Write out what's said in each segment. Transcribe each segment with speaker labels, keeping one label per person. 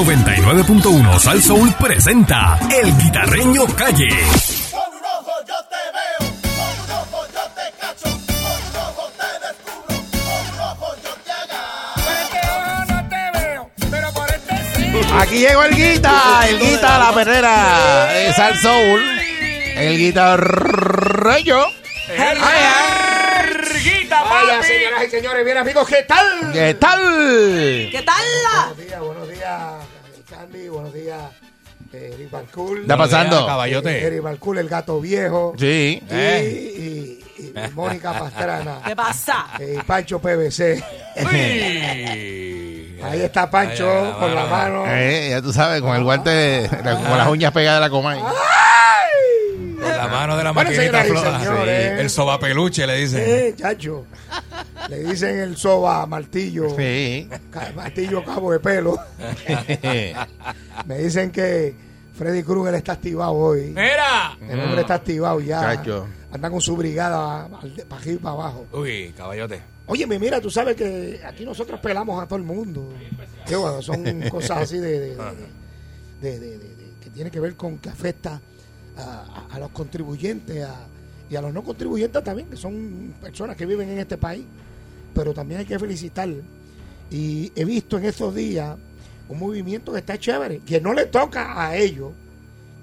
Speaker 1: 99.1 Sal Soul presenta El Guitarreño Calle.
Speaker 2: Con un ojo yo te veo, con un ojo yo te cacho, con un ojo te descubro, con un ojo yo te agarro.
Speaker 3: Aquí llegó el guita, el guita la perrera de Sal Soul, el guitarreño.
Speaker 4: Vaya, señoras y señores, bien amigos, ¿qué tal?
Speaker 3: ¿Qué tal?
Speaker 5: ¿Qué tal? la?
Speaker 4: Buenos días, buenos días, Candy, buenos días, eh, Eric Barcool.
Speaker 3: ¿Está pasando?
Speaker 4: Eh, Eric Barcool, el gato viejo.
Speaker 3: Sí.
Speaker 4: Y, y- y Mónica Pastrana.
Speaker 5: ¿Qué pasa?
Speaker 4: Eh, Y Pancho PVC. Ahí está Pancho con la mano.
Speaker 3: Eh, ya tú sabes, con el guante, la- con las uñas pegadas a la comay.
Speaker 6: Con la mano de la
Speaker 4: Bueno,
Speaker 6: maquinita
Speaker 4: señoras y
Speaker 6: floja.
Speaker 4: señores.
Speaker 6: Sí. El sobapeluche le dicen.
Speaker 4: Eh, chacho. Le dicen el soba, martillo,
Speaker 3: Sí.
Speaker 4: ca- martillo cabo de pelo. Me dicen que Freddy Krueger está activado hoy.
Speaker 6: ¡Mira!
Speaker 4: El hombre está activado ya.
Speaker 3: Chacho.
Speaker 4: Anda con su brigada para arriba y para abajo.
Speaker 6: Uy, caballote.
Speaker 4: Oye, mi mira, tú sabes que aquí nosotros pelamos a todo el mundo. Qué bueno, son cosas así de, de- de- de- de- de- de- que tiene que ver con que afecta a, a- a los contribuyentes a- y a los no contribuyentes también, que son personas que viven en este país. Pero también hay que felicitar. Y he visto en estos días un movimiento que está chévere, que no le toca a ellos,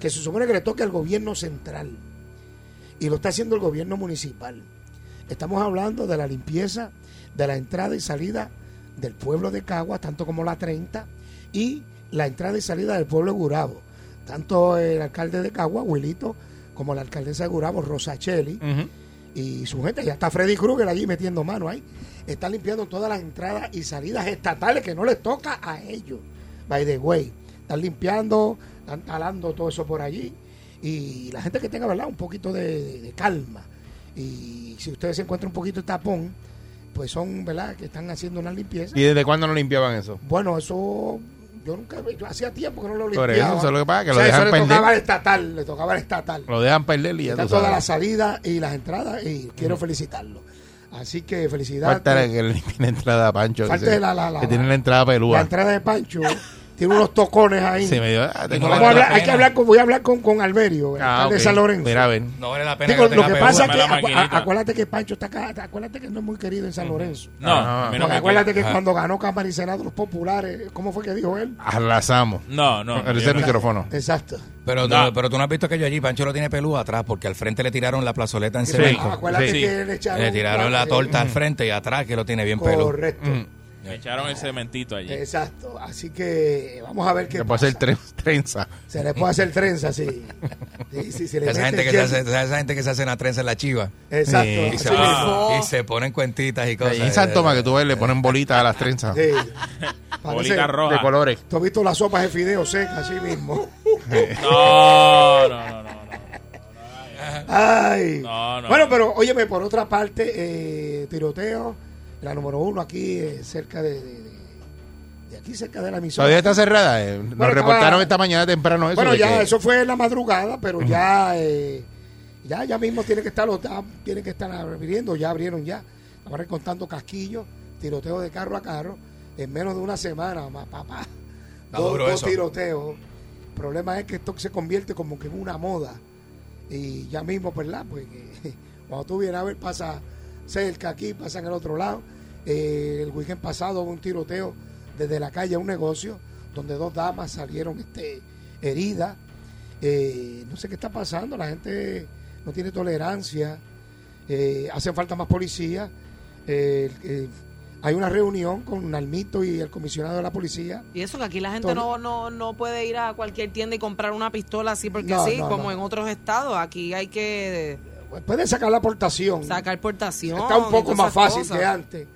Speaker 4: que se supone que le toca al gobierno central. Y lo está haciendo el gobierno municipal. Estamos hablando de la limpieza de la entrada y salida del pueblo de Caguas, tanto como la 30, y la entrada y salida del pueblo de Gurabo. Tanto el alcalde de Caguas, Wilito, como la alcaldesa de Gurabo, Rosacheli, y su gente. Ya está Freddy Krueger allí metiendo mano ahí. Está limpiando todas las entradas y salidas estatales que no les toca a ellos. By the way, están limpiando, están talando todo eso por allí. Y la gente que tenga, ¿verdad? Un poquito de, de- de calma. Y si ustedes se encuentran un poquito de tapón, pues son, ¿verdad? Que están haciendo una limpieza.
Speaker 3: ¿Y desde cuándo no limpiaban eso?
Speaker 4: Bueno, eso yo nunca, yo hacía tiempo que no lo
Speaker 3: Por
Speaker 4: limpiaba.
Speaker 3: eso, eso es lo que pasa, que lo
Speaker 4: eso
Speaker 3: dejan
Speaker 4: le
Speaker 3: perder.
Speaker 4: tocaba al estatal, le tocaba al estatal.
Speaker 3: Lo dejan perder y ya
Speaker 4: Está
Speaker 3: tú
Speaker 4: toda la
Speaker 3: sabes.
Speaker 4: salida y las entradas y quiero felicitarlo. Así que felicidades.
Speaker 3: Falta la- que le limpien la entrada a Pancho. que
Speaker 4: Falta
Speaker 3: se-
Speaker 4: la- la- la-
Speaker 3: Que tiene la entrada
Speaker 4: La
Speaker 3: pelúa.
Speaker 4: entrada de Pancho tiene unos tocones ahí.
Speaker 3: Se me dio. ah, tengo
Speaker 6: No
Speaker 3: la
Speaker 4: Vamos a hablar-
Speaker 3: entrada
Speaker 4: hay que
Speaker 3: pena.
Speaker 4: hablar con, voy a hablar con, con Alberio, el
Speaker 3: Ah,
Speaker 4: alcalde
Speaker 3: ok.
Speaker 4: de San Lorenzo.
Speaker 3: Mira, a ver.
Speaker 6: No vale la pena.
Speaker 4: Digo,
Speaker 6: que
Speaker 4: lo
Speaker 6: tenga
Speaker 4: que
Speaker 6: peluca.
Speaker 4: pasa es que
Speaker 7: la
Speaker 4: acu-
Speaker 7: maquinita.
Speaker 4: acuérdate que Pancho está acá, acuérdate que no es muy querido en San Lorenzo.
Speaker 7: No,
Speaker 3: Ajá.
Speaker 7: menos
Speaker 4: Porque
Speaker 7: que-
Speaker 4: acuérdate que cuando ganó Cámara y Senado los populares, ¿cómo fue que dijo él?
Speaker 3: Ah, Arrasamos.
Speaker 7: No, no.
Speaker 3: Ese es el micrófono.
Speaker 4: Exacto.
Speaker 6: Pero, tú-
Speaker 7: No.
Speaker 6: pero tú no has visto aquello allí. Pancho lo tiene pelú atrás porque al frente le tiraron la plazoleta en
Speaker 4: Sí,
Speaker 6: cemento.
Speaker 4: acuérdate
Speaker 3: Sí.
Speaker 4: que le echaron. eh,
Speaker 6: Le tiraron la
Speaker 4: Sí.
Speaker 6: torta al frente y atrás que lo tiene bien pelú.
Speaker 4: Correcto.
Speaker 3: Mm.
Speaker 7: Me echaron el cementito allí.
Speaker 4: Exacto. Así que vamos a ver qué
Speaker 3: Que puede hacer
Speaker 4: pasa.
Speaker 3: tre- trenza.
Speaker 4: Se le puede hacer trenza, sí. Sí, sí, se le
Speaker 6: Esa
Speaker 4: mete
Speaker 6: gente,
Speaker 4: el
Speaker 6: que se
Speaker 4: jet.
Speaker 6: hace, esa gente que se hace la trenza en la chiva.
Speaker 4: Exacto.
Speaker 6: Y,
Speaker 4: así
Speaker 6: se,
Speaker 4: mismo.
Speaker 6: y se ponen cuentitas y cosas.
Speaker 3: Ahí en San Tomás que tú ves le ponen bolitas a las trenzas.
Speaker 4: Sí. Parece-
Speaker 7: Bolita
Speaker 3: De
Speaker 7: eh. roja.
Speaker 3: colores.
Speaker 4: Tú has visto las sopas de fideo secas, así mismo.
Speaker 7: No, no, no, no. no.
Speaker 4: Ay.
Speaker 7: No, no.
Speaker 4: Bueno, pero óyeme, por otra parte, eh, tiroteo, la número uno aquí, eh, cerca de, de, de- de aquí, cerca de la emisora.
Speaker 3: Todavía está cerrada. eh. Nos
Speaker 4: Bueno, estaba-
Speaker 3: reportaron esta mañana temprano eso.
Speaker 4: Bueno,
Speaker 3: de
Speaker 4: ya,
Speaker 3: que-
Speaker 4: eso fue en la madrugada, pero ya, eh, ya, ya mismo tiene que estar, los- ya tienen que estar abriendo, ya abrieron ya. Estaban contando casquillos, tiroteo de carro a carro, en menos de una semana, más papá.
Speaker 6: Está
Speaker 4: Dos,
Speaker 6: duro
Speaker 4: dos
Speaker 6: eso.
Speaker 4: tiroteos. El problema es que esto se convierte como que en una moda. Y ya mismo, ¿verdad? Pues que cuando tú vienes a ver, pasa cerca aquí, pasa en el otro lado. Eh, el weekend pasado hubo un tiroteo desde la calle a un negocio donde dos damas salieron este, heridas. Eh, no sé qué está pasando, la gente no tiene tolerancia, eh, hacen falta más policías. Eh, eh, hay una reunión con Nalmito y el comisionado de la policía.
Speaker 5: Y eso que aquí la gente no, no, no puede ir a cualquier tienda y comprar una pistola así porque
Speaker 4: No,
Speaker 5: sí,
Speaker 4: no,
Speaker 5: como
Speaker 4: no.
Speaker 5: en otros estados. Aquí hay que
Speaker 4: Pueden sacar la aportación.
Speaker 5: sacar portación.
Speaker 4: Está un
Speaker 5: y
Speaker 4: poco
Speaker 5: todas
Speaker 4: más
Speaker 5: esas
Speaker 4: fácil
Speaker 5: cosas.
Speaker 4: que antes.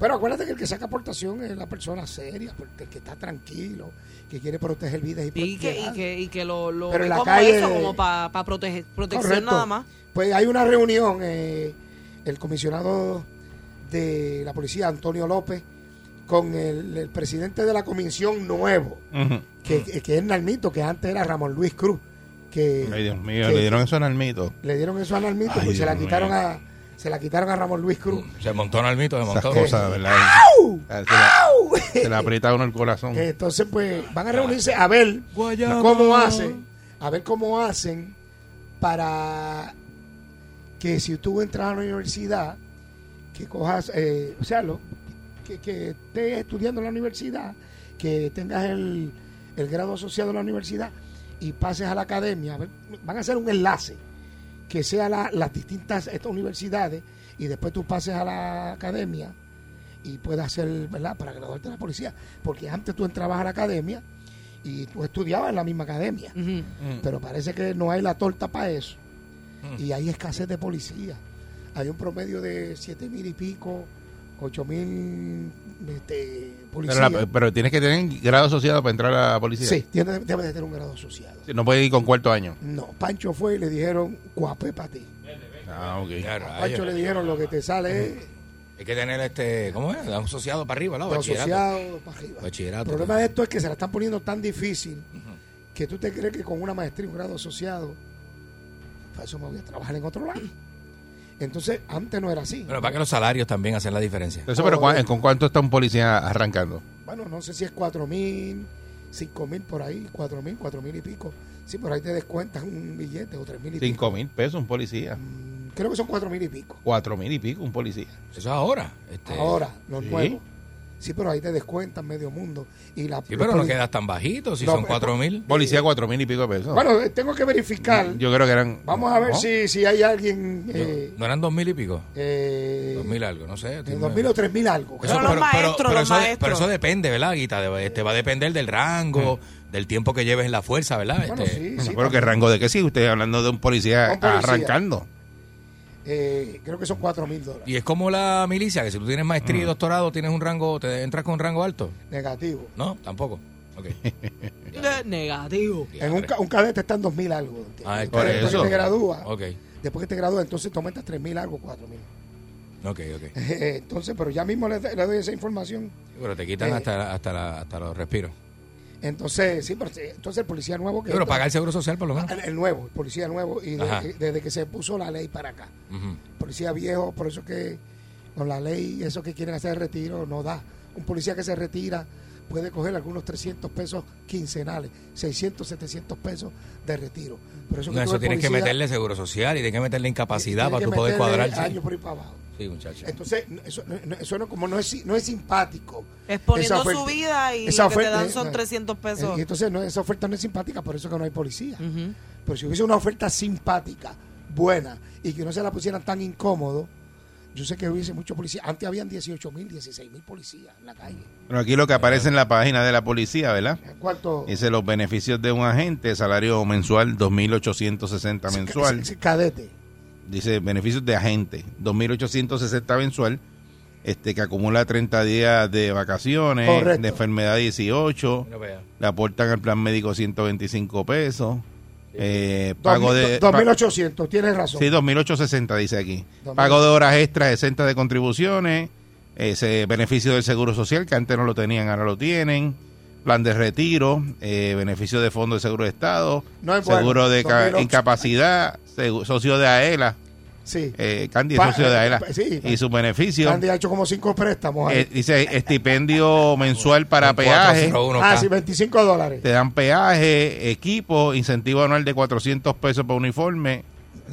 Speaker 4: Pero acuérdate que el que saca aportación es la persona seria, porque el que está tranquilo, que quiere proteger vidas y
Speaker 5: Y que, y
Speaker 4: propiedades.
Speaker 5: que, y que lo, lo
Speaker 4: Pero en
Speaker 5: ve
Speaker 4: la
Speaker 5: como
Speaker 4: calle-
Speaker 5: eso, como para proteger, protección
Speaker 4: Correcto.
Speaker 5: nada más.
Speaker 4: Pues hay una reunión, eh, el comisionado de la policía, Antonio López, con el, el presidente de la comisión nuevo, que,
Speaker 3: Mm.
Speaker 4: que- que es Nalmito, que antes era Ramón Luis Cruz. Que,
Speaker 3: Ay, Dios mío,
Speaker 4: que
Speaker 3: le dieron eso en Almito.
Speaker 4: le dieron eso a Nalmito,
Speaker 3: Ay,
Speaker 4: pues se
Speaker 3: Dios
Speaker 4: la quitaron
Speaker 3: mío.
Speaker 4: a se la quitaron a Ramón Luis Cruz.
Speaker 6: Se montó en el mito, se
Speaker 3: Esas
Speaker 6: montó.
Speaker 3: cosas, ¿verdad? Ah, se la-
Speaker 4: ¡Au!
Speaker 3: Se le aprieta uno el corazón.
Speaker 4: Entonces, pues, van a reunirse a ver cómo hacen, a ver cómo hacen para que si tú entras a la universidad, que cojas, eh, o sea, lo, que, que estés estudiando en la universidad, que tengas el, el grado asociado a la universidad y pases a la academia, a ver, van a hacer un enlace que sea la- las distintas estas universidades y después tú pases a la academia y puedas hacer, ¿verdad? Para graduarte de la policía. Porque antes tú entrabas a la academia y tú estudiabas en la misma academia.
Speaker 5: Ujú.
Speaker 3: Mm.
Speaker 4: Pero parece que no hay la torta para eso. Y hay escasez de policía. Hay un promedio de siete mil y pico, ocho mil este,
Speaker 3: Pero,
Speaker 4: policías.
Speaker 3: la- pero tienes que tener grado asociado para entrar a la policía.
Speaker 4: sí, tiene, debe de tener un grado asociado.
Speaker 3: No puedes ir con cuarto año.
Speaker 4: No, Pancho fue y le dijeron, cuapé para ti.
Speaker 3: Ah, ok.
Speaker 6: Ya,
Speaker 4: A
Speaker 6: rayos.
Speaker 4: Pancho le dijeron, lo que te sale es
Speaker 6: Hay que tener este, ¿cómo es? Un asociado para arriba, ¿no?
Speaker 4: Lo
Speaker 6: Ah, Bachillerato.
Speaker 4: asociado para arriba.
Speaker 6: Bachillerato.
Speaker 4: El problema de esto es que se la están poniendo tan difícil que tú te crees que con una maestría, un grado asociado, para eso me voy a trabajar en otro lado. Entonces, antes no era así.
Speaker 6: Bueno, para que los salarios también hacen la diferencia.
Speaker 3: Eso, pero
Speaker 4: Oh.
Speaker 3: ¿cuán- ¿con cuánto está un policía arrancando?
Speaker 4: Bueno, no sé si es cuatro mil, cinco mil por ahí, cuatro mil, cuatro mil y pico. Sí, por ahí te descuentan un billete o tres mil y pico.
Speaker 3: Cinco mil pesos un policía.
Speaker 4: Creo que son cuatro mil y pico.
Speaker 3: Cuatro mil y pico un policía.
Speaker 6: Eso es ahora. este.
Speaker 4: Ahora, los
Speaker 3: Sí.
Speaker 4: nuevos. Sí, pero ahí te descuentan medio mundo. Y la,
Speaker 6: Sí, pero no
Speaker 4: poli-
Speaker 6: quedas tan bajito si
Speaker 4: No,
Speaker 6: son
Speaker 4: eh,
Speaker 6: cuatro mil.
Speaker 3: Policía cuatro mil y pico de pesos.
Speaker 4: Bueno, eh, tengo que verificar.
Speaker 3: yo creo que eran...
Speaker 4: Vamos a ver
Speaker 3: ¿no?
Speaker 4: si, si hay alguien... eh,
Speaker 6: ¿No eran dos mil y pico?
Speaker 4: eh,
Speaker 6: Dos mil algo, no sé.
Speaker 4: de 2000 o 3000 algo.
Speaker 5: Eso- Pero los maestros, los
Speaker 6: eso,
Speaker 5: maestros.
Speaker 6: pero eso depende, ¿verdad, Guita? De- Este va a depender del rango, del tiempo que lleves en la fuerza, ¿verdad?
Speaker 4: Bueno,
Speaker 6: Este,
Speaker 4: sí,
Speaker 3: No,
Speaker 4: sí,
Speaker 3: pero que
Speaker 4: también.
Speaker 3: rango de que sí, usted hablando de un policía,
Speaker 4: Un policía.
Speaker 3: arrancando.
Speaker 4: Eh, creo que son 4 mil dólares.
Speaker 6: Y es como la milicia, que si tú tienes maestría y doctorado, tienes un rango, te entras con un rango alto.
Speaker 4: Negativo.
Speaker 6: No, tampoco. Ok.
Speaker 5: Eh, Negativo.
Speaker 4: En un, ca- un cadete están 2 mil algo. ¿entiendes?
Speaker 6: Ah,
Speaker 4: Después
Speaker 3: por
Speaker 4: después
Speaker 3: eso.
Speaker 4: que te gradúas,
Speaker 6: Ok,
Speaker 4: después que te gradúas, entonces te aumentas 3 mil algo, 4 mil.
Speaker 6: ok, ok.
Speaker 4: Entonces, pero ya mismo le, le doy esa información.
Speaker 6: Pero te quitan
Speaker 4: Eh.
Speaker 6: hasta, hasta, la- hasta los respiros.
Speaker 4: Entonces, sí, pero, sí, entonces el policía nuevo que...
Speaker 6: Pero pagar el seguro social, por lo menos.
Speaker 4: el, el nuevo, el policía nuevo, y de-
Speaker 6: ¿Ah?
Speaker 4: eh,
Speaker 6: Ajá.
Speaker 4: desde que se puso la ley para acá.
Speaker 6: Ujú.
Speaker 4: policía viejo, por eso que con la ley, eso que quieren hacer de retiro, no da. Un policía que se retira puede coger algunos 300 pesos quincenales, 600, 700 pesos de retiro. Por eso, que
Speaker 6: No,
Speaker 4: tú
Speaker 6: eso
Speaker 4: ves
Speaker 6: tienes que
Speaker 4: policía-
Speaker 6: meterle seguro social y tienes que meterle incapacidad
Speaker 4: tiene
Speaker 6: para
Speaker 4: que
Speaker 6: tú poder
Speaker 4: meterle
Speaker 6: cuadrar. sí.
Speaker 4: años por ahí para abajo.
Speaker 6: Sí, muchacho.
Speaker 4: Entonces, no, eso, no- no- eso no, como no es, no es simpático.
Speaker 5: Es poniendo
Speaker 4: Esa oferta-
Speaker 5: su vida y
Speaker 4: esa
Speaker 5: lo que te
Speaker 4: oferta-
Speaker 5: dan son
Speaker 4: eh,
Speaker 5: 300 pesos.
Speaker 4: Y entonces no, esa oferta no es simpática, por eso que no hay policía.
Speaker 5: Ujú.
Speaker 4: Pero si hubiese una oferta simpática, buena, y que no se la pusieran tan incómodo, yo sé que hubiese muchos policías. Antes habían 18 mil, 16 mil policías en la calle.
Speaker 3: Bueno, aquí lo que aparece en la página de la policía, ¿verdad?
Speaker 4: ¿Cuánto?
Speaker 3: Dice los beneficios de un agente, salario mensual 2.860 mensual.
Speaker 4: Ese cadete.
Speaker 3: Dice beneficios de agente 2.860 mensual, este que acumula 30 días de vacaciones,
Speaker 4: Correcto.
Speaker 3: de enfermedad 18,
Speaker 6: Mira para allá.
Speaker 3: le aportan al plan médico 125 pesos, eh,
Speaker 4: Dos
Speaker 3: pago
Speaker 4: mil-
Speaker 3: de...
Speaker 4: do- 2.800, tienes razón.
Speaker 3: Sí, 2.860 dice aquí.
Speaker 4: 2.000.
Speaker 3: Pago de horas extras, exenta de contribuciones, ese beneficio del seguro social, que antes no lo tenían, ahora lo tienen, plan de retiro, eh, beneficio de fondo de seguro de Estado,
Speaker 4: No es bueno,
Speaker 3: seguro de ca-
Speaker 4: 2.008.
Speaker 3: incapacidad, segu- socio de AELA,
Speaker 4: Sí.
Speaker 3: eh, Candy es
Speaker 4: Pa-
Speaker 3: socio de AELA,
Speaker 4: eh, sí,
Speaker 3: y sus beneficios,
Speaker 4: Andy ha hecho como cinco préstamos ahí.
Speaker 3: eh, dice estipendio mensual para
Speaker 6: Un 401K.
Speaker 3: peaje,
Speaker 4: ah, sí, 25 dólares.
Speaker 3: te dan peaje, equipo, incentivo anual de 400 pesos por uniforme,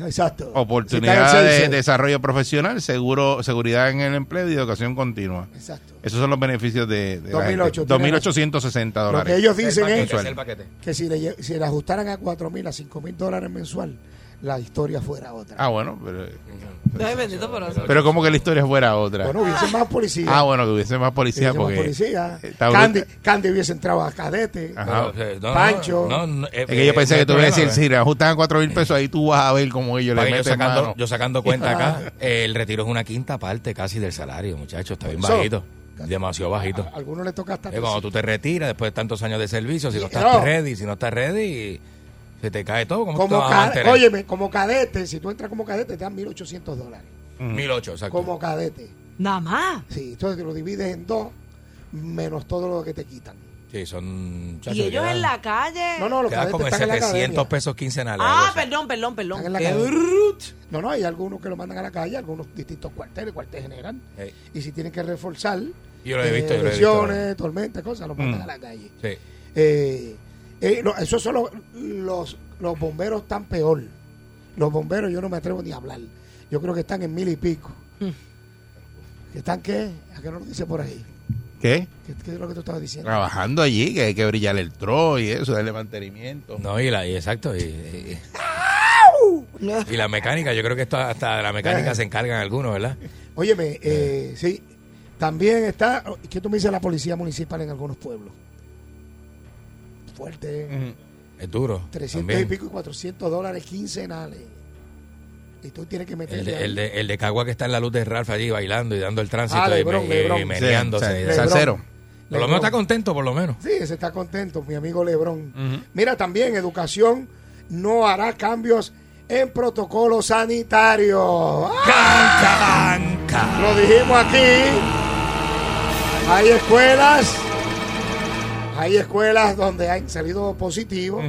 Speaker 4: Exacto.
Speaker 3: Oportunidad
Speaker 4: Si está en
Speaker 3: de
Speaker 4: el censo.
Speaker 3: desarrollo profesional, seguro, seguridad en el empleo y educación continua.
Speaker 4: Exacto.
Speaker 3: Esos son los beneficios de, de la
Speaker 4: 2008,
Speaker 3: gente.
Speaker 4: tiene
Speaker 3: 2.860
Speaker 4: Lo que
Speaker 3: dólares.
Speaker 4: ellos dicen
Speaker 6: El
Speaker 4: es
Speaker 6: paquete,
Speaker 3: mensual.
Speaker 6: el paquete.
Speaker 4: que si le, lle- si le ajustaran a 4 mil, a 5 mil dólares mensual, la historia fuera otra.
Speaker 3: Ah, bueno, pero,
Speaker 5: Ay, bendito, pero eso-
Speaker 3: pero como que la historia fuera otra.
Speaker 4: Bueno, hubiese más policías.
Speaker 3: ah, bueno, que hubiese más
Speaker 4: Hubiese
Speaker 3: policía
Speaker 4: más
Speaker 3: porque...
Speaker 4: policías.
Speaker 3: está
Speaker 4: Candy,
Speaker 3: brutal.
Speaker 4: Candy hubiese entrado a cadete.
Speaker 3: Ajá.
Speaker 6: Pero, eh, no, no,
Speaker 4: Pancho.
Speaker 6: no, no, eh,
Speaker 3: Es que yo
Speaker 6: eh,
Speaker 3: pensé
Speaker 6: no
Speaker 3: que
Speaker 6: hay
Speaker 3: tú ibas a decir,
Speaker 6: problema,
Speaker 3: si le ajustan a 4 mil pesos, ahí tú vas a ver cómo ellos le
Speaker 6: Para que yo
Speaker 3: meten
Speaker 6: sacando,
Speaker 3: mano.
Speaker 6: yo sacando cuenta acá, eh, el retiro es una quinta parte casi del salario, muchachos. Está bien
Speaker 4: Eso. Ah,
Speaker 6: bajito. Demasiado bajito.
Speaker 4: A algunos le toca hasta.
Speaker 6: Eh, cuando tú te retiras después de tantos años de servicio, si no estás
Speaker 4: No.
Speaker 6: ready, si no estás ready, se te cae todo. ¿Cómo tú te
Speaker 4: como,
Speaker 6: vas a eh.
Speaker 4: ca-
Speaker 6: mantener?
Speaker 4: óyeme, como cadete, si tú entras como cadete, te dan 1.800 dólares.
Speaker 6: 1008, exacto.
Speaker 4: Como cadete.
Speaker 5: Nada más.
Speaker 4: Sí, entonces te lo divides en dos, menos todo lo que te quitan.
Speaker 6: Sí, son. muchachos,
Speaker 5: Y ellos
Speaker 6: quedan-
Speaker 5: en la calle.
Speaker 4: No, no, los
Speaker 6: quedan
Speaker 4: cadetes
Speaker 6: como en
Speaker 4: están en la
Speaker 6: 700
Speaker 4: academia.
Speaker 6: pesos quincenales.
Speaker 5: Ah,
Speaker 6: algo así. Eh,
Speaker 5: perdón, perdón, perdón.
Speaker 4: Están en la
Speaker 5: Qué
Speaker 4: calle.
Speaker 5: brut.
Speaker 4: No, no, hay algunos que lo mandan a la calle, algunos distintos cuarteles, cuartel general.
Speaker 6: Ey.
Speaker 4: Y si tienen que reforzar,
Speaker 6: Yo lo he
Speaker 4: eh,
Speaker 6: visto, yo lo he visto.
Speaker 4: lesiones, tormentas, cosas, los mandan
Speaker 3: Mm.
Speaker 4: a la calle.
Speaker 6: Sí.
Speaker 4: Eh, eh, lo- esos son los, los, los bomberos tan peor. Los bomberos yo no me atrevo ni a hablar. Yo creo que están en mil y pico. ¿Que ¿Están qué? ¿A qué no lo dice por ahí?
Speaker 3: ¿Qué?
Speaker 4: ¿Qué, qué es lo que tú estabas diciendo?
Speaker 6: Ah.
Speaker 3: Trabajando allí, que hay que brillar el tro y eso, darle mantenimiento.
Speaker 6: No, y la, y exacto. Y, y- y la mecánica, yo creo que esto hasta de la mecánica se encargan algunos, ¿verdad?
Speaker 4: Óyeme, eh, sí, también está, ¿qué tú me dices de la policía municipal en algunos pueblos? Fuerte, ¿eh?
Speaker 3: Ujú.
Speaker 6: Es duro.
Speaker 4: 300 y
Speaker 6: Mm, también.
Speaker 4: pico y 400 dólares quincenales. Y tú tienes que meter
Speaker 6: El de, el, de, el de Cagua que está en la luz de Ralph allí bailando y dando el tránsito
Speaker 4: Ah,
Speaker 6: y-
Speaker 4: Lebron,
Speaker 6: y, y
Speaker 4: Lebron.
Speaker 6: meneándose.
Speaker 3: Sí,
Speaker 6: y
Speaker 3: sí,
Speaker 6: de-
Speaker 4: Lebron.
Speaker 3: salsero.
Speaker 6: por lo menos está contento, por lo menos.
Speaker 4: Sí, ese está contento, mi amigo Lebrón.
Speaker 3: Ujú.
Speaker 4: Mira, también educación no hará cambios en protocolo sanitario. ¡Ah! Lo dijimos aquí. Hay escuelas, hay escuelas donde han salido positivos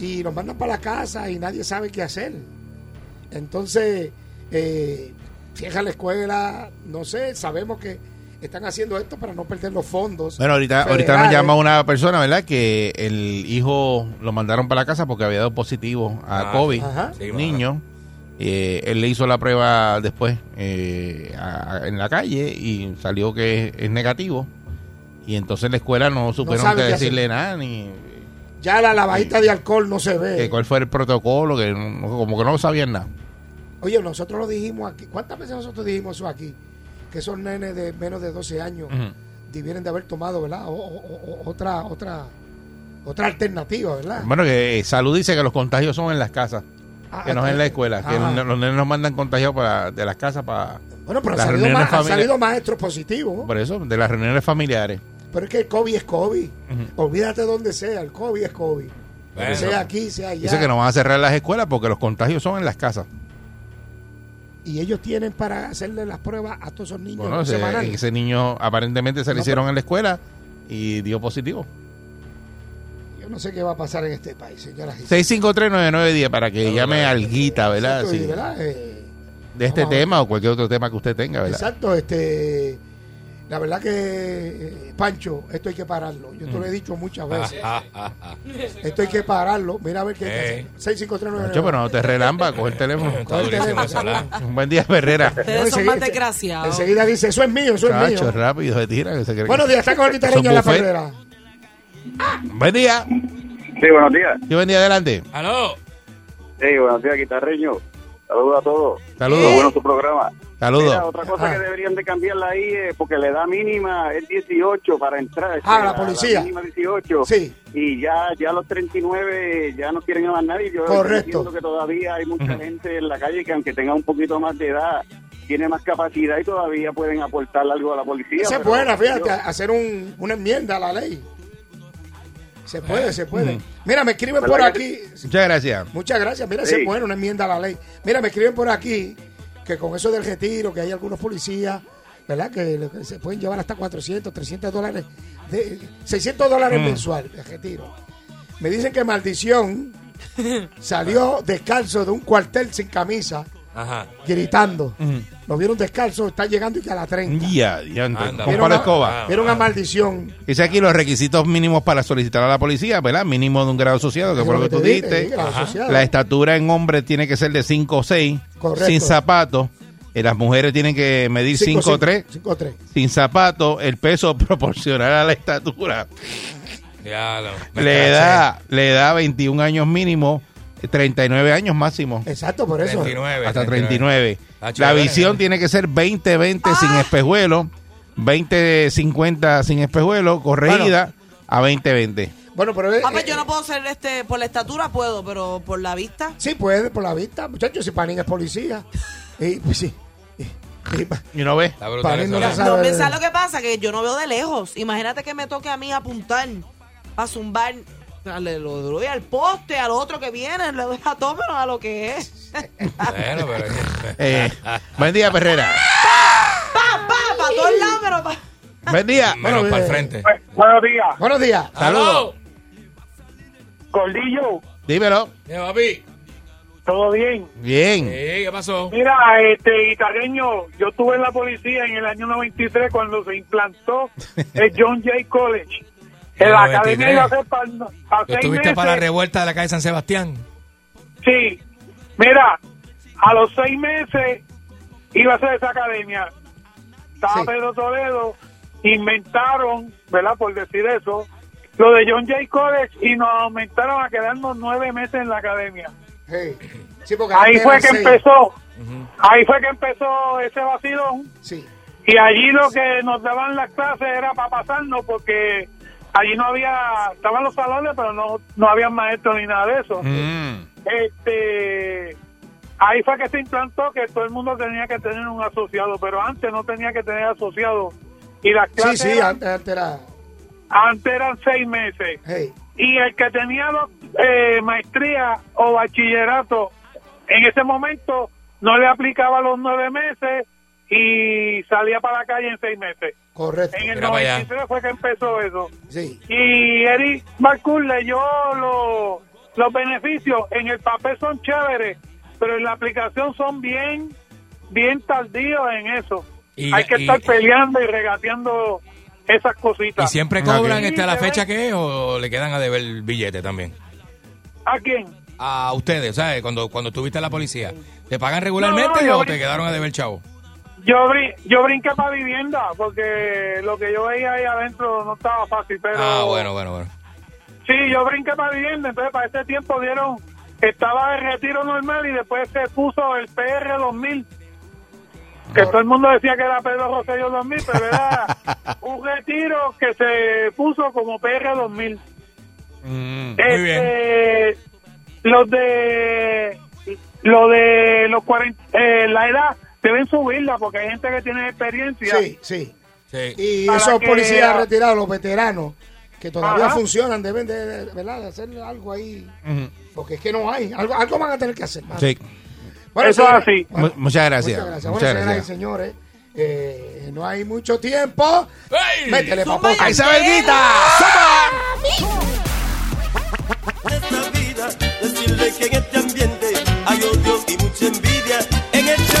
Speaker 4: y los mandan para la casa y nadie sabe qué hacer. Entonces, eh, cierra la escuela, no sé, sabemos que están haciendo esto para no perder los fondos.
Speaker 3: Bueno, ahorita, ahorita nos
Speaker 4: federales.
Speaker 3: llama una persona, ¿verdad? Que el hijo lo mandaron para la casa porque había dado positivo a
Speaker 6: Ah,
Speaker 3: COVID,
Speaker 4: Ajá.
Speaker 6: Sí,
Speaker 3: niño. Eh, él le hizo la prueba después eh, a- en la calle y salió que es negativo. Y entonces la escuela no supieron
Speaker 4: sabe
Speaker 3: que
Speaker 4: qué hacer.
Speaker 3: decirle nada, ni
Speaker 4: Ya la lavadita de alcohol no se ve.
Speaker 3: que cuál fue el protocolo, que no- como que no sabían nada.
Speaker 4: Oye, nosotros lo dijimos aquí. ¿Cuántas veces nosotros dijimos eso aquí? Que esos nenes de menos de 12 años debieran de haber tomado, ¿verdad? O- o- o- o- otra, otra, otra alternativa, ¿verdad?
Speaker 3: Bueno, que eh, Salud dice que los contagios son en las casas,
Speaker 4: Ah,
Speaker 3: que no es en la
Speaker 4: ah,
Speaker 3: escuela, que
Speaker 4: ah.
Speaker 3: los nenes nos mandan contagiados para, de las casas para...
Speaker 4: Bueno, pero han
Speaker 3: las
Speaker 4: salido,
Speaker 3: reuniones
Speaker 4: ma- han
Speaker 3: familiares.
Speaker 4: salido maestros positivos.
Speaker 3: Por eso, de las reuniones familiares.
Speaker 4: Pero es que el COVID es COVID. Olvídate donde sea, el COVID es COVID.
Speaker 6: Bueno.
Speaker 4: sea aquí, sea allá.
Speaker 3: Dice que no van a cerrar las escuelas porque los contagios son en las casas.
Speaker 4: Y ellos tienen para hacerle las pruebas a todos esos niños
Speaker 3: Bueno, ese,
Speaker 4: semanales.
Speaker 3: ese niño aparentemente se le
Speaker 4: No,
Speaker 3: hicieron en la escuela y dio positivo.
Speaker 4: Yo no sé qué va a pasar en este país, señoras y
Speaker 3: 653-9910 para que llame al guita, ¿verdad?
Speaker 4: Exacto, y,
Speaker 3: Sí.
Speaker 4: ¿verdad? Eh,
Speaker 3: De este
Speaker 4: Vamos a ver.
Speaker 3: tema o cualquier otro tema que usted tenga, ¿verdad?
Speaker 4: Exacto, este la verdad que eh, Pancho, esto hay que pararlo. Yo te lo he dicho muchas veces.
Speaker 6: Mm. Ah, ah, ah.
Speaker 4: Esto hay que pararlo. Mira a ver qué hay que
Speaker 6: Eh.
Speaker 4: hacer. 65399.
Speaker 3: Nacho, pero no te relamba, coge el teléfono.
Speaker 6: Está durísimo eso, ¿verdad?
Speaker 3: Un buen día, Herrera.
Speaker 4: No,
Speaker 5: Ustedes son
Speaker 4: enseguida-
Speaker 5: más desgraciados.
Speaker 4: este, Enseguida dice, eso es mío, eso es
Speaker 3: Cacho,
Speaker 4: mío.
Speaker 3: rápido, se tira. que se cree que-
Speaker 4: Buenos días, está con el guitarreño
Speaker 3: Son
Speaker 4: en la
Speaker 3: buffet.
Speaker 4: perrera.
Speaker 3: Buen día.
Speaker 8: Sí, buenos días.
Speaker 3: Yo venía adelante.
Speaker 6: ¡Aló!
Speaker 8: Sí, buenos días, guitarreño. Saludos a todos. Muy bueno
Speaker 3: Saludos.
Speaker 8: tu programa. Mira,
Speaker 3: Saludos.
Speaker 8: otra cosa
Speaker 4: Ah.
Speaker 8: que deberían de cambiarla ahí es porque la edad mínima es 18 para entrar.
Speaker 4: Ah,
Speaker 8: Este,
Speaker 4: la policía.
Speaker 8: mínima 18.
Speaker 4: Sí.
Speaker 8: Y ya, ya los 39 ya no quieren a más nadie. Yo
Speaker 4: Correcto.
Speaker 8: entiendo que todavía hay mucha gente en la calle que aunque tenga un poquito más de edad, tiene más capacidad y todavía pueden aportar algo a la policía.
Speaker 4: Esa es
Speaker 8: pero
Speaker 4: buena, fíjate,
Speaker 8: yo-
Speaker 4: hacer un- una enmienda a la ley. Se
Speaker 6: Eh.
Speaker 4: puede, se puede.
Speaker 3: Mm.
Speaker 4: Mira, me escriben
Speaker 8: ¿Verdad
Speaker 4: por aquí.
Speaker 8: que
Speaker 3: Muchas gracias.
Speaker 4: Muchas gracias. Mira,
Speaker 8: Sí.
Speaker 4: se pone una enmienda a la ley. Mira, me escriben por aquí que con eso del retiro, que hay algunos policías, ¿verdad? Que lo que se pueden llevar hasta 400, 300 dólares, de, 600
Speaker 3: Mm.
Speaker 4: dólares mensual de retiro. Me dicen que Maldición salió descalzo de un cuartel sin camisa,
Speaker 6: Ajá.
Speaker 4: gritando.
Speaker 3: Mm.
Speaker 4: Lo vieron descalzo, está llegando y que a la 30.
Speaker 3: Ya, ya, con
Speaker 6: Anda,
Speaker 3: Pablo
Speaker 4: Vieron a-
Speaker 3: Escoba.
Speaker 4: Vieron a Maldición.
Speaker 3: Dice aquí los requisitos mínimos para solicitar a la policía, ¿verdad? Mínimo de un grado asociado, que fue lo que tú
Speaker 4: te dije,
Speaker 3: diste.
Speaker 4: dije, la asociada.
Speaker 3: La estatura en hombre tiene que ser de 5 o 6,
Speaker 4: Correcto.
Speaker 3: sin zapatos. Eh, Las mujeres tienen que medir 5 o 3,
Speaker 4: 5 3.
Speaker 3: sin zapatos. El peso proporcional a la estatura.
Speaker 6: Ya lo- me
Speaker 3: Le
Speaker 6: caché.
Speaker 3: da, le da 21 años mínimo, 39 años máximo,
Speaker 4: Exacto, por eso.
Speaker 6: 39,
Speaker 3: hasta 39.
Speaker 6: Ah,
Speaker 3: La
Speaker 6: chévere,
Speaker 3: visión
Speaker 6: eh.
Speaker 3: tiene que ser 20-20 sin
Speaker 4: Ah.
Speaker 3: espejuelo, 20-50 sin espejuelo, corregida a 20-20.
Speaker 4: Bueno, pero eh,
Speaker 5: Papá,
Speaker 4: eh,
Speaker 5: Ah, pues yo no puedo ser este, por la estatura puedo, pero por la vista.
Speaker 4: Sí, puede, por la vista, muchachos, si Panín es policía. Y, pues, sí. Y, y pa-
Speaker 3: ¿Y no ves?
Speaker 6: Está brutal
Speaker 4: Para mí
Speaker 6: eso,
Speaker 4: no
Speaker 6: ¿verdad?
Speaker 4: la sabe.
Speaker 5: No, ¿ves ¿sabes lo que pasa? Que yo no veo de lejos. Imagínate que me toque a mí apuntar, a zumbar. Le lo doy al poste, al otro que viene, le doy a todo menos a lo que es.
Speaker 6: Bueno, pero es que-
Speaker 3: Eh, buen día, Perrera.
Speaker 5: Pa, Ah, pa, pa todos lados, pero pa.
Speaker 3: Buen día.
Speaker 6: menos
Speaker 4: Bueno,
Speaker 6: para el
Speaker 4: eh,
Speaker 6: frente.
Speaker 8: pues, Buenos días,
Speaker 4: Buenos días.
Speaker 3: Saludos.
Speaker 8: Cordillo.
Speaker 3: Dímelo.
Speaker 6: Eh, papi.
Speaker 9: Todo bien.
Speaker 3: Bien.
Speaker 6: Eh, ¿Qué pasó?
Speaker 9: Mira, este guitarreño, yo estuve en la policía en el año 93 cuando se implantó el John Jay College. En la
Speaker 6: 93.
Speaker 9: academia iba a ser para, a
Speaker 6: ¿Tú
Speaker 9: seis
Speaker 6: estuviste para la
Speaker 9: meses.
Speaker 6: revuelta de la calle San Sebastián?
Speaker 9: Sí, mira, a los seis meses iba a ser esa academia. Estaba
Speaker 4: Sí.
Speaker 9: Pedro Toledo, inventaron, ¿verdad? Por decir eso, lo de John Jay College y nos aumentaron a quedarnos nueve meses en la academia.
Speaker 4: Hey. Sí, porque
Speaker 9: Ahí
Speaker 4: antes
Speaker 9: fue
Speaker 4: eran
Speaker 9: que
Speaker 4: seis.
Speaker 9: empezó, ahí fue que empezó ese vacilón
Speaker 4: Sí.
Speaker 9: y allí lo que nos daban las clases era para pasarnos porque allí no había, estaban los salones pero no, no había maestros ni nada de eso
Speaker 3: Mm.
Speaker 9: este ahí fue que se implantó que todo el mundo tenía que tener un asociado pero antes no tenía que tener asociado y las
Speaker 4: Sí,
Speaker 9: clases
Speaker 4: sí,
Speaker 9: eran-
Speaker 4: antes, antes era.
Speaker 9: antes eran seis meses
Speaker 4: Hey.
Speaker 9: y el que tenía los, eh, maestría o bachillerato en ese momento no le aplicaba los nueve meses y salía para la calle en seis meses
Speaker 4: Correcto.
Speaker 9: en el
Speaker 6: Mira para allá.
Speaker 9: 93 fue que empezó eso
Speaker 4: Sí.
Speaker 9: y Eric Marcus leyó lo- los beneficios. En el papel son chéveres, pero en la aplicación son bien, bien tardíos en eso.
Speaker 6: Y-
Speaker 9: Hay que
Speaker 6: y-
Speaker 9: estar peleando y regateando esas cositas.
Speaker 6: ¿Y siempre cobran
Speaker 9: Ok.
Speaker 6: este, a la fecha que es o le quedan a deber el billete también?
Speaker 9: ¿A quién?
Speaker 6: A ustedes, ¿sabes? Cuando, cuando estuviste en la policía, ¿te pagan regularmente
Speaker 9: No, yo
Speaker 6: o te
Speaker 9: brin-
Speaker 6: quedaron a deber chavo?
Speaker 9: Yo, brin- yo brinqué para vivienda porque lo que yo veía ahí adentro no estaba fácil. Pero
Speaker 6: Ah, bueno, bueno, bueno.
Speaker 9: Sí, yo brinqué para vivienda, entonces para ese tiempo dieron, estaba el retiro normal y después se puso el PR 2000, que todo el mundo decía que era Pedro Rosselló 2000, pero era un retiro que se puso como PR 2000.
Speaker 3: Mm.
Speaker 6: Muy bien.
Speaker 9: Este, Los de, lo de los 40, eh, la edad deben subirla porque hay gente que tiene experiencia.
Speaker 4: Sí, sí.
Speaker 9: este,
Speaker 6: Sí.
Speaker 4: Y
Speaker 9: Para
Speaker 4: esos
Speaker 9: que-
Speaker 4: policías retirados, los veteranos, que todavía
Speaker 9: Ajá.
Speaker 4: funcionan, deben de, de- ¿verdad? de hacer algo ahí.
Speaker 3: Ujú.
Speaker 4: Porque es que no hay. Algo, algo van a tener que hacer. mano.
Speaker 3: Sí.
Speaker 4: Bueno,
Speaker 9: Eso es
Speaker 4: señores,
Speaker 9: así.
Speaker 4: bueno,
Speaker 3: Mu- muchas gracias.
Speaker 4: Muchas gracias.
Speaker 3: Muchas
Speaker 4: Bueno,
Speaker 3: gracias.
Speaker 4: señoras y señores, eh, no hay mucho tiempo.
Speaker 6: ¡Ey!
Speaker 4: Métele
Speaker 5: Zumba
Speaker 4: papota.
Speaker 5: la
Speaker 2: En esta vida, decirle que en este ambiente hay odio y mucha envidia. En este